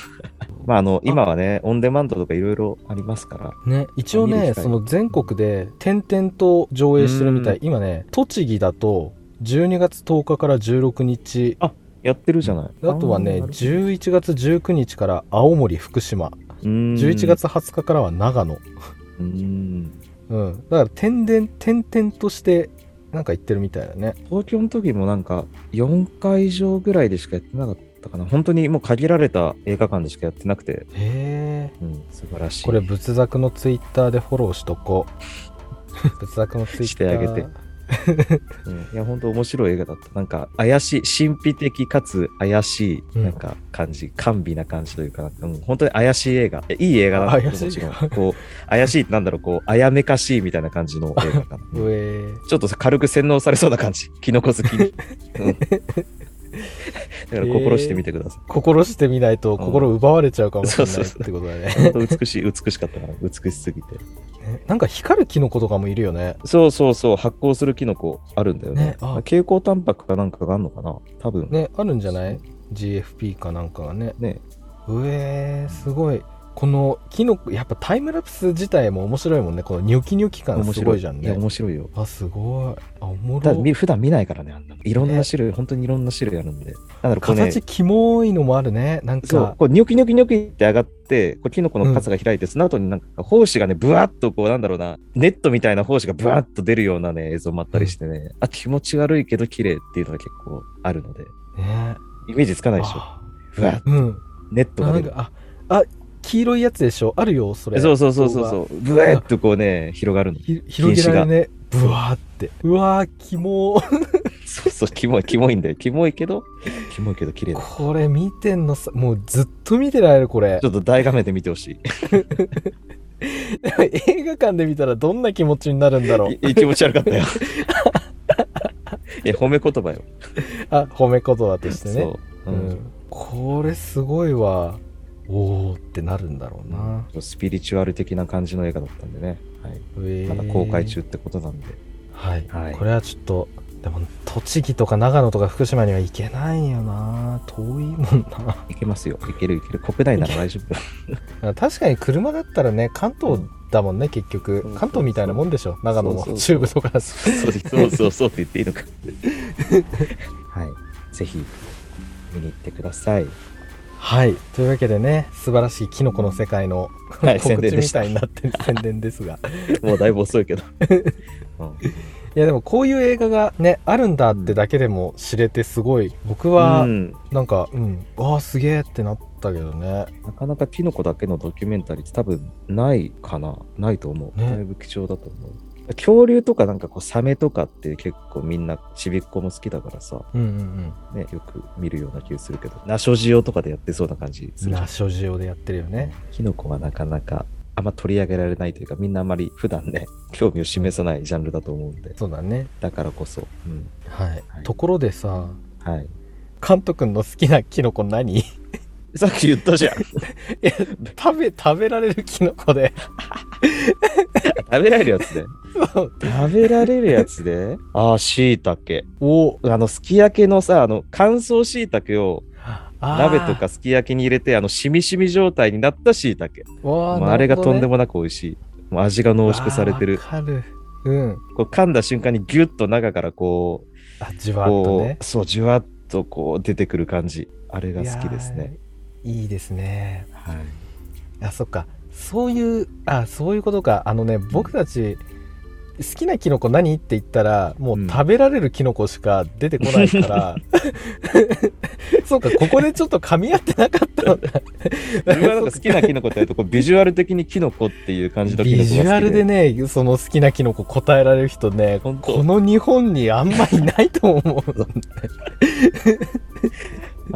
Speaker 2: まあ、あの、今はね、オンデマンドとかいろいろありますから。
Speaker 1: ね一応
Speaker 2: 見る
Speaker 1: ね
Speaker 2: 機会
Speaker 1: その全国で点々と上映してるみたい今ね栃木だと12月10日から16日
Speaker 2: やってるじゃない。
Speaker 1: あとはね
Speaker 2: あー
Speaker 1: 11月19日から青森福島
Speaker 2: うん
Speaker 1: 11月20日からは長野
Speaker 2: うん。
Speaker 1: うんだから点々点々としてなんか言ってるみたいだね
Speaker 2: 東京の時もなんか4会場ぐらいでしかやってなかったかな本当にもう限られた映画館でしかやってなくて、
Speaker 1: へえ
Speaker 2: うん、素晴らしい
Speaker 1: これ仏作のツイッターでフォローしとこう 仏作のツイッター
Speaker 2: してあげてうんいや本当面白い映画だったなんか怪しい神秘的かつ怪しい
Speaker 1: うん
Speaker 2: なんか感じ、甘美な感じというかなんか、うん、本当に怪しい映画いやいい映画だ
Speaker 1: 怪し
Speaker 2: け
Speaker 1: い
Speaker 2: どもちろんこう怪しいってなんだろうこうあやめかしいみたいな感じの映画かな
Speaker 1: うえー
Speaker 2: ちょっと軽く洗脳されそうな感じキノコ好きに、 うん、だから心してみてください、
Speaker 1: 心してみないと心奪われちゃうかもしれない
Speaker 2: そう
Speaker 1: っ
Speaker 2: そうそう
Speaker 1: てことだね
Speaker 2: 本当美しい美しかったから美しすぎて
Speaker 1: ねなんか光るキノコとかもいるよね
Speaker 2: そうそうそう、発酵するキノコあるんだよね。
Speaker 1: ねあ
Speaker 2: 蛍光タンパクかなんかがあるのかな多分。ね。
Speaker 1: ねあるんじゃない GFP かなんかがねうえー、すごいこのキノコやっぱタイムラプス自体も面白いもんねこのニョキニョキ感
Speaker 2: 面
Speaker 1: す
Speaker 2: 白
Speaker 1: ご
Speaker 2: い
Speaker 1: いじゃん
Speaker 2: いや、
Speaker 1: ね
Speaker 2: 面白いよ。
Speaker 1: あすごいあおも
Speaker 2: だ
Speaker 1: ろ
Speaker 2: み普段見ないからね、あんなのいろんな種類、本当にいろんな種類あるんで。なんだろう、こうね
Speaker 1: 形キモいのもあるねなん
Speaker 2: そ
Speaker 1: か
Speaker 2: う、こうニョキニョキニョキって上がって、こうキノコの傘が開いて、その後になんか胞子がね、ブワッとこう、なんだろうな、ネットみたいな胞子がブワッと出るようなね、映像もあったりしてね、あ、気持ち悪いけど綺麗っていうのが結構あるので、
Speaker 1: ね
Speaker 2: イメージつかないでしょ。
Speaker 1: あ
Speaker 2: ブワッ、
Speaker 1: うん
Speaker 2: ネット
Speaker 1: あ
Speaker 2: が
Speaker 1: な
Speaker 2: 出
Speaker 1: ん
Speaker 2: る。
Speaker 1: かああ黄色いやつでしょあるよそれ
Speaker 2: そうそうそうそうそう、ブワッとこうね、広がるの。
Speaker 1: ひ広げられねぶわーってうわーキモー
Speaker 2: そうそう、キモい、キモいんだよ。キモいけど、キモいけど綺麗だ。
Speaker 1: これ見てんのさもうずっと見てられるこれ
Speaker 2: ちょっと大画面で見てほしい。
Speaker 1: 映画館で見たらどんな気持ちになるんだろう
Speaker 2: いい気持ち悪かったよ。いや、褒め言葉よ。
Speaker 1: あ褒め言葉としてね
Speaker 2: そう。うん
Speaker 1: うんこれすごいわおおってなるんだろうな、
Speaker 2: スピリチュアル的な感じの映画だったんでね、はい、
Speaker 1: え
Speaker 2: まだ
Speaker 1: ー
Speaker 2: 公開中ってことなんで、
Speaker 1: はい、
Speaker 2: はい
Speaker 1: これはちょっとでも栃木とか長野とか福島には行けないよな遠いもん
Speaker 2: いけますよいけるいける国内なら大丈夫
Speaker 1: な 確かに車だったらね関東だもんね、結局
Speaker 2: そうそう
Speaker 1: 関東みたいなもんでしょ長野
Speaker 2: そうそ
Speaker 1: も
Speaker 2: う
Speaker 1: 中部とかだし
Speaker 2: そうそうそうそうって言っていいの かはいぜひ見に行ってくださ い
Speaker 1: はいというわけでね素晴らしいキノコの世界の
Speaker 2: はい
Speaker 1: 告
Speaker 2: 宣
Speaker 1: 知
Speaker 2: 伝で
Speaker 1: み
Speaker 2: した
Speaker 1: たいになってる宣伝ですが
Speaker 2: もうだいぶ遅いけど、 うん
Speaker 1: いやでもこういう映画がねあるんだってだけでも知れてすごい僕
Speaker 2: う
Speaker 1: は
Speaker 2: ん
Speaker 1: なんかうん、わあすげえってなったけどね
Speaker 2: なかなかキノコだけのドキュメンタリーって多分ないかなないと思う、
Speaker 1: ね
Speaker 2: だいぶ貴重だと思う恐竜とかなんかこうサメとかって結構みんなちびっ子も好きだからさ、
Speaker 1: うんうん
Speaker 2: ね、よく見るような気がするけどナショジオとかでやってそうな感じ
Speaker 1: う
Speaker 2: す
Speaker 1: ん
Speaker 2: るじゃん
Speaker 1: ナショジオでやってるよね
Speaker 2: キノコはなかなかあんま取り上げられないというかみんなあんまり普段ね 興味を示さないジャンルだと思うんで
Speaker 1: そうだね
Speaker 2: だからこそ、うん
Speaker 1: はい、
Speaker 2: はい
Speaker 1: ところでさ
Speaker 2: はい、
Speaker 1: 監督の好きなキノコ何 い
Speaker 2: さっき言ったじゃん食
Speaker 1: や食べ食べられるキノコで
Speaker 2: べられるやつで食べられるやつで ああしいたけ
Speaker 1: お
Speaker 2: あのすき焼きのさあの乾燥しいたけを鍋とかすき焼きに入れてあのしみしみ状態になったしいたけ
Speaker 1: わ
Speaker 2: あれがとんで
Speaker 1: も
Speaker 2: もなく美味しいもう味が濃縮されてる
Speaker 1: わかるうん
Speaker 2: こう噛んだ瞬間にギュッと中からこう
Speaker 1: あじわっと
Speaker 2: こ
Speaker 1: ね
Speaker 2: うそうじゅわっとこう出てくる感じあれが好きですね
Speaker 1: いやーいいですね
Speaker 2: はい
Speaker 1: あそっかそういうあそういうことかあのね僕たち好きなキノコ何って言ったらも
Speaker 2: う
Speaker 1: うん食べられるキノコしか出てこない から、 そうかここでちょっと噛み合ってなかったのか
Speaker 2: 自分はなんか好きなキノコってやるとこうビジュアル的にキノコっていう感じのキノコ
Speaker 1: ビ
Speaker 2: が好き
Speaker 1: ジ
Speaker 2: で
Speaker 1: ュアルでねその好きなキノコ答えられる人ね
Speaker 2: 本当
Speaker 1: この日本にあんまりいないと思う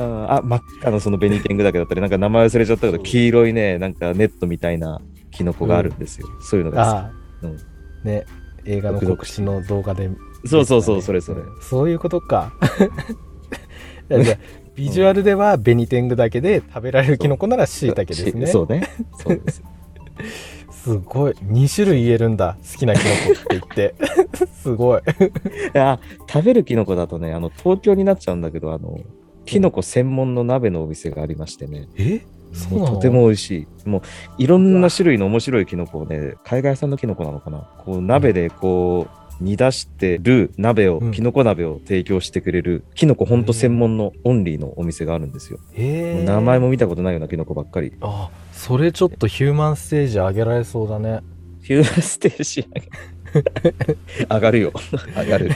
Speaker 2: ああ真っ赤のそのベニテングだけだったりなんか名前忘れちゃったけど黄色いねなんかネットみたいなキノコがあるんですよ、そういうのが
Speaker 1: ああ、
Speaker 2: うん
Speaker 1: ね映画の告知の動画で
Speaker 2: 好きそうそうそうそれそれ、
Speaker 1: そういうこと かいやじゃあビジュアルではベニテングだけで食べられるキノコならシイタケですね
Speaker 2: そうねそう です
Speaker 1: すごい2種類言えるんだ好きなキノコって 言ってすごい
Speaker 2: あ食べるキノコだとねあの東京になっちゃうんだけどあのキノコ専門の鍋のお店がありましてね、
Speaker 1: えそうなの
Speaker 2: もとても美味しいもういろんな種類の面白いキノコをね海外産のキノコなのかなこう鍋でこう煮出してる鍋を、
Speaker 1: うん
Speaker 2: キノコ鍋を提供してくれるキノコほんと専門のオンリーのお店があるんですよ、も
Speaker 1: え
Speaker 2: う名前も見たことないようなキノコばっかり
Speaker 1: あそれちょっとヒューマンステージ上げられそうだね
Speaker 2: ヒューマンステージ 上がるよ上がる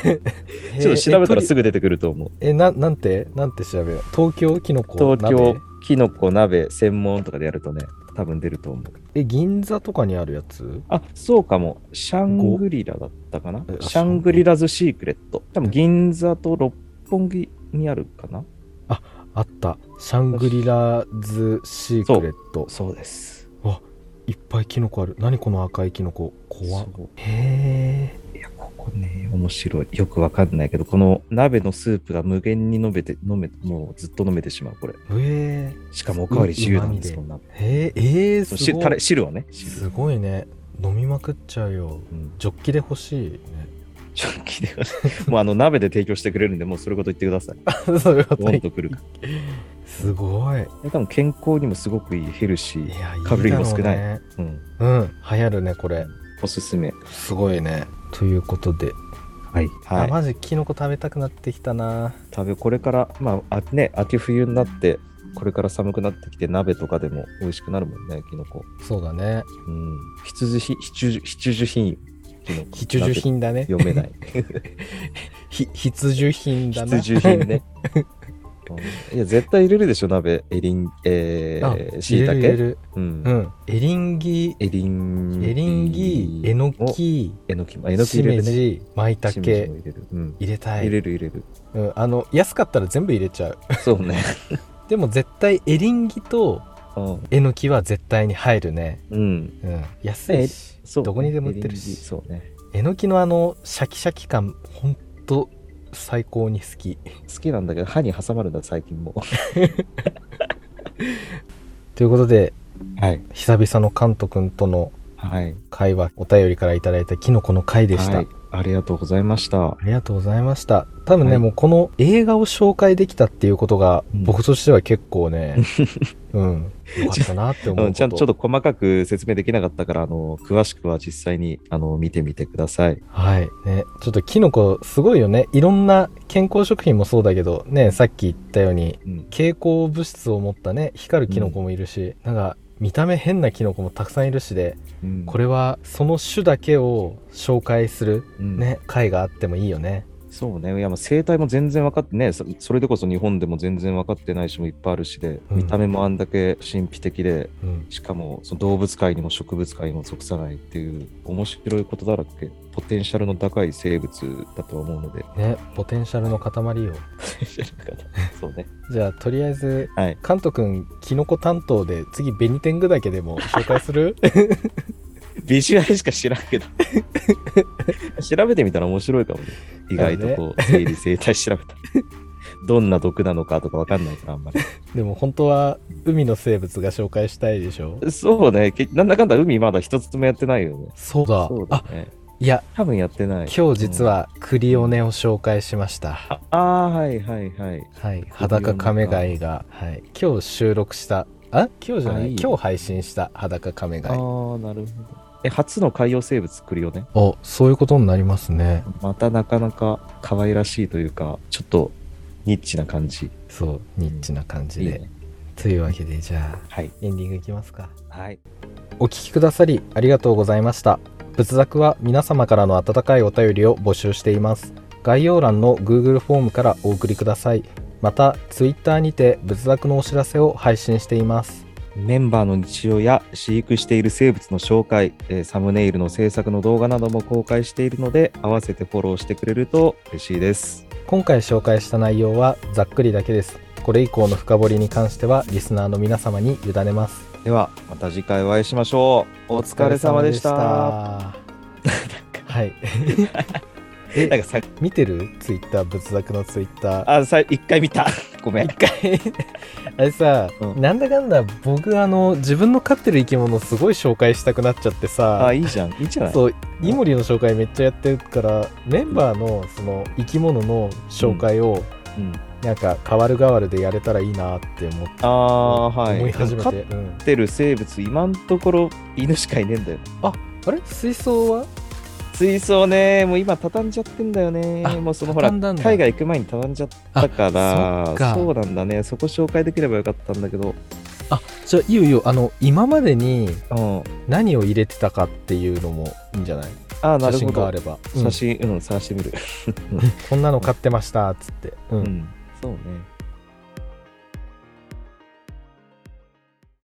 Speaker 2: ちょっと調べたらす
Speaker 1: ぐ
Speaker 2: ぐ出てくると思う
Speaker 1: えななんてなんて調べよう東京キノコ
Speaker 2: 東京
Speaker 1: 鍋
Speaker 2: キノコ鍋専門とかでやるとね多分出ると思う
Speaker 1: え銀座とかにあるやつ
Speaker 2: あそうかもシャングリラだったかな
Speaker 1: えあ
Speaker 2: シャングリラズシークレット多分銀座と六本木にあるかな
Speaker 1: あったシャングリラズシークレット
Speaker 2: そうです
Speaker 1: いっぱいキノコある何この赤いキノコ怖っ
Speaker 2: そう
Speaker 1: へ
Speaker 2: いやここね面白いよくわかんないけどこの鍋のスープが無限に飲めて飲めもうずっと飲めてしまうこれ
Speaker 1: えへ
Speaker 2: しかもおかわり自由なんです
Speaker 1: う
Speaker 2: こんな
Speaker 1: ええー、
Speaker 2: そう
Speaker 1: す
Speaker 2: し
Speaker 1: ご
Speaker 2: タレ
Speaker 1: い
Speaker 2: 汁はね汁、
Speaker 1: すごいね飲みまくっちゃうよ
Speaker 2: うん、
Speaker 1: ジョッキで欲しい ね
Speaker 2: ちょっと聞いてくださ いもうあの鍋で提供してくれるんでもうそれごと言ってください
Speaker 1: そういうこと
Speaker 2: ドン
Speaker 1: ね
Speaker 2: とくるから
Speaker 1: すごいい
Speaker 2: で多分健康にもすごくいいヘルシー、
Speaker 1: やいいだろ
Speaker 2: カ
Speaker 1: う
Speaker 2: ロリーも少ない
Speaker 1: ね
Speaker 2: うん、
Speaker 1: うん流行るねこれ
Speaker 2: おすすめ
Speaker 1: すごいねということで、
Speaker 2: はい、
Speaker 1: あマジキノコ食べたくなってきたな
Speaker 2: 食べこれからまああね秋冬になってこれから寒くなってきて鍋とかでも美味しくなるもんねきのこ
Speaker 1: そうだね
Speaker 2: うん必需品必需必需品キノコ
Speaker 1: 必需品だね
Speaker 2: 鍋読めない
Speaker 1: ひ必需品だな
Speaker 2: 必需品ねいや、絶対入れるでしょ、鍋。エリン、えー、しいた
Speaker 1: 入れる入れ
Speaker 2: け。
Speaker 1: る
Speaker 2: う。
Speaker 1: うんんエリンギ
Speaker 2: エリン。
Speaker 1: エリンギえの
Speaker 2: お。
Speaker 1: き
Speaker 2: えのきも。えのき
Speaker 1: し
Speaker 2: 入
Speaker 1: め
Speaker 2: れるね。
Speaker 1: じまいた
Speaker 2: しめじ
Speaker 1: け
Speaker 2: も入れる。うん。
Speaker 1: 入れた
Speaker 2: 入
Speaker 1: い、
Speaker 2: れる入れる。
Speaker 1: うん、あの安かったら全部入れちゃう
Speaker 2: そうね。
Speaker 1: でも絶対エリンギと
Speaker 2: うん
Speaker 1: えのきは絶対に入るね、
Speaker 2: うん。
Speaker 1: うん、安いし
Speaker 2: そうね
Speaker 1: どこにでも売ってるし
Speaker 2: エリンギそうね。
Speaker 1: えのきのあのシャキシャキ感ほんと最高に好き
Speaker 2: 好きなんだけど、歯に挟まるんだ、最近も。
Speaker 1: ということで
Speaker 2: はい。
Speaker 1: 久々のカント君との
Speaker 2: はい。
Speaker 1: 会話お便りからいただいたキノコの回でした、
Speaker 2: はい。ありがとうございました。
Speaker 1: ありがとうございました多分ね、
Speaker 2: はい
Speaker 1: もうこの映画を紹介できたっていうことが
Speaker 2: うん
Speaker 1: 僕としては結構 ねうんよかったなって思う
Speaker 2: う
Speaker 1: こと
Speaker 2: ん、ちゃんとちょっと細かく説明できなかったから、あの、詳しくは実際に、あの、見てみてください。
Speaker 1: はいねちょっとキノコすごいよねいろんな健康食品もそうだけどねさっき言ったように
Speaker 2: うん。
Speaker 1: 蛍光物質を持ったね光るキノコもいるし、なんか見た目変なキノコもたくさんいるしで
Speaker 2: うん
Speaker 1: これはその種だけを紹介する
Speaker 2: うん
Speaker 1: ね回があってもいいよね
Speaker 2: そうね。いや、まあ生態も全然分かってねそ、それでこそ日本でも全然分かってない種もいっぱいあるしで、
Speaker 1: うん
Speaker 2: 見た目もあんだけ神秘的で、
Speaker 1: うん
Speaker 2: しかもその動物界にも植物界にも属さないっていう、面白いことだらけ、ポテンシャルの高い生物だと思う ので、
Speaker 1: ねポテンシャルの塊よ
Speaker 2: そうね。
Speaker 1: じゃあとりあえず
Speaker 2: はい。
Speaker 1: カント君キノコ担当で次ベニテングだけでも紹介す る
Speaker 2: ビジュアルしか知らん けど。調べてみたら面白いかもね。意外とこう、整理整体調べたら。どんな毒なのかとかわかんないから、あんまり。
Speaker 1: でも本当は海の生物が紹介したいでしょ
Speaker 2: そうね。けなんだかんだ海まだ一つもやってないよね。
Speaker 1: そうだ
Speaker 2: そうだ
Speaker 1: あ
Speaker 2: ね。
Speaker 1: いや
Speaker 2: 多分やってない。
Speaker 1: 今日実はクリオネを紹介しました、
Speaker 2: うん。ああー、はいはいはい。
Speaker 1: はい、裸カメガイが、はい、今日収録したあ今日じゃない
Speaker 2: あいい
Speaker 1: 今日配信した裸カメ
Speaker 2: あ
Speaker 1: ガ
Speaker 2: あ
Speaker 1: イ
Speaker 2: ー、なるほど。え、初の海洋生物来るよね。
Speaker 1: おそういうことになりますね
Speaker 2: またなかなか可愛らしいというか、ちょっとニッチな感じ。
Speaker 1: そうニッチな感じ
Speaker 2: いい
Speaker 1: で
Speaker 2: ね。
Speaker 1: というわけでじゃあ
Speaker 2: はい。
Speaker 1: エンディングいきますか
Speaker 2: はい。
Speaker 1: お聞きくださりありがとうございました。仏作は皆様からの温かいお便りを募集しています。概要欄の Google フォームからお送りください。また、Twitter にて仏作のお知らせを配信しています。
Speaker 2: メンバーの日常や飼育している生物の紹介、えーサムネイルの制作の動画なども公開しているので、合わせてフォローしてくれると嬉しいです。
Speaker 1: 今回紹介した内容はざっくりだけです。これ以降の深掘りに関してはリスナーの皆様に委ねます。
Speaker 2: では、また次回お会いしましょう。お疲れ様でし
Speaker 1: お
Speaker 2: た。
Speaker 1: 疲れ様でしたはい。 え
Speaker 2: なんかさ、
Speaker 1: 見てる ?Twitter、仏作の Twitter。
Speaker 2: あ、さ、一回見た。 ごめん。
Speaker 1: 回 あれさ、
Speaker 2: うん
Speaker 1: なんだかんだ僕あの自分の飼ってる生き物すごい紹介したくなっちゃってさ
Speaker 2: あ、いいじゃん。いいじゃない。
Speaker 1: そうイモリの紹介めっちゃやってるからメンバーのその生き物の紹介を
Speaker 2: うん、
Speaker 1: なんか代わる代わるでやれたらいいなって思って、
Speaker 2: ああ、はい。
Speaker 1: 思い始め、
Speaker 2: 飼って
Speaker 1: うん
Speaker 2: てる生物、今のところ犬しかいねえんだよ。
Speaker 1: あれ水槽は
Speaker 2: 水槽ね、もう今畳んじゃってんだよね
Speaker 1: あ。
Speaker 2: もうそのほら、
Speaker 1: 畳んだんだ
Speaker 2: 海外行く前に畳んじゃったから、
Speaker 1: あそっか
Speaker 2: うなんだね。そこ紹介できればよかったんだけど、
Speaker 1: じゃあいいよいいよあの今までに
Speaker 2: うん。
Speaker 1: 何を入れてたかっていうのもいいんじゃない
Speaker 2: ああ、な
Speaker 1: 写
Speaker 2: る
Speaker 1: 真
Speaker 2: ほ
Speaker 1: があ
Speaker 2: ど。
Speaker 1: れば、うん
Speaker 2: 写真、うん、探してみる。
Speaker 1: こんなの飼ってましたっつって、う
Speaker 2: うんん。そうね。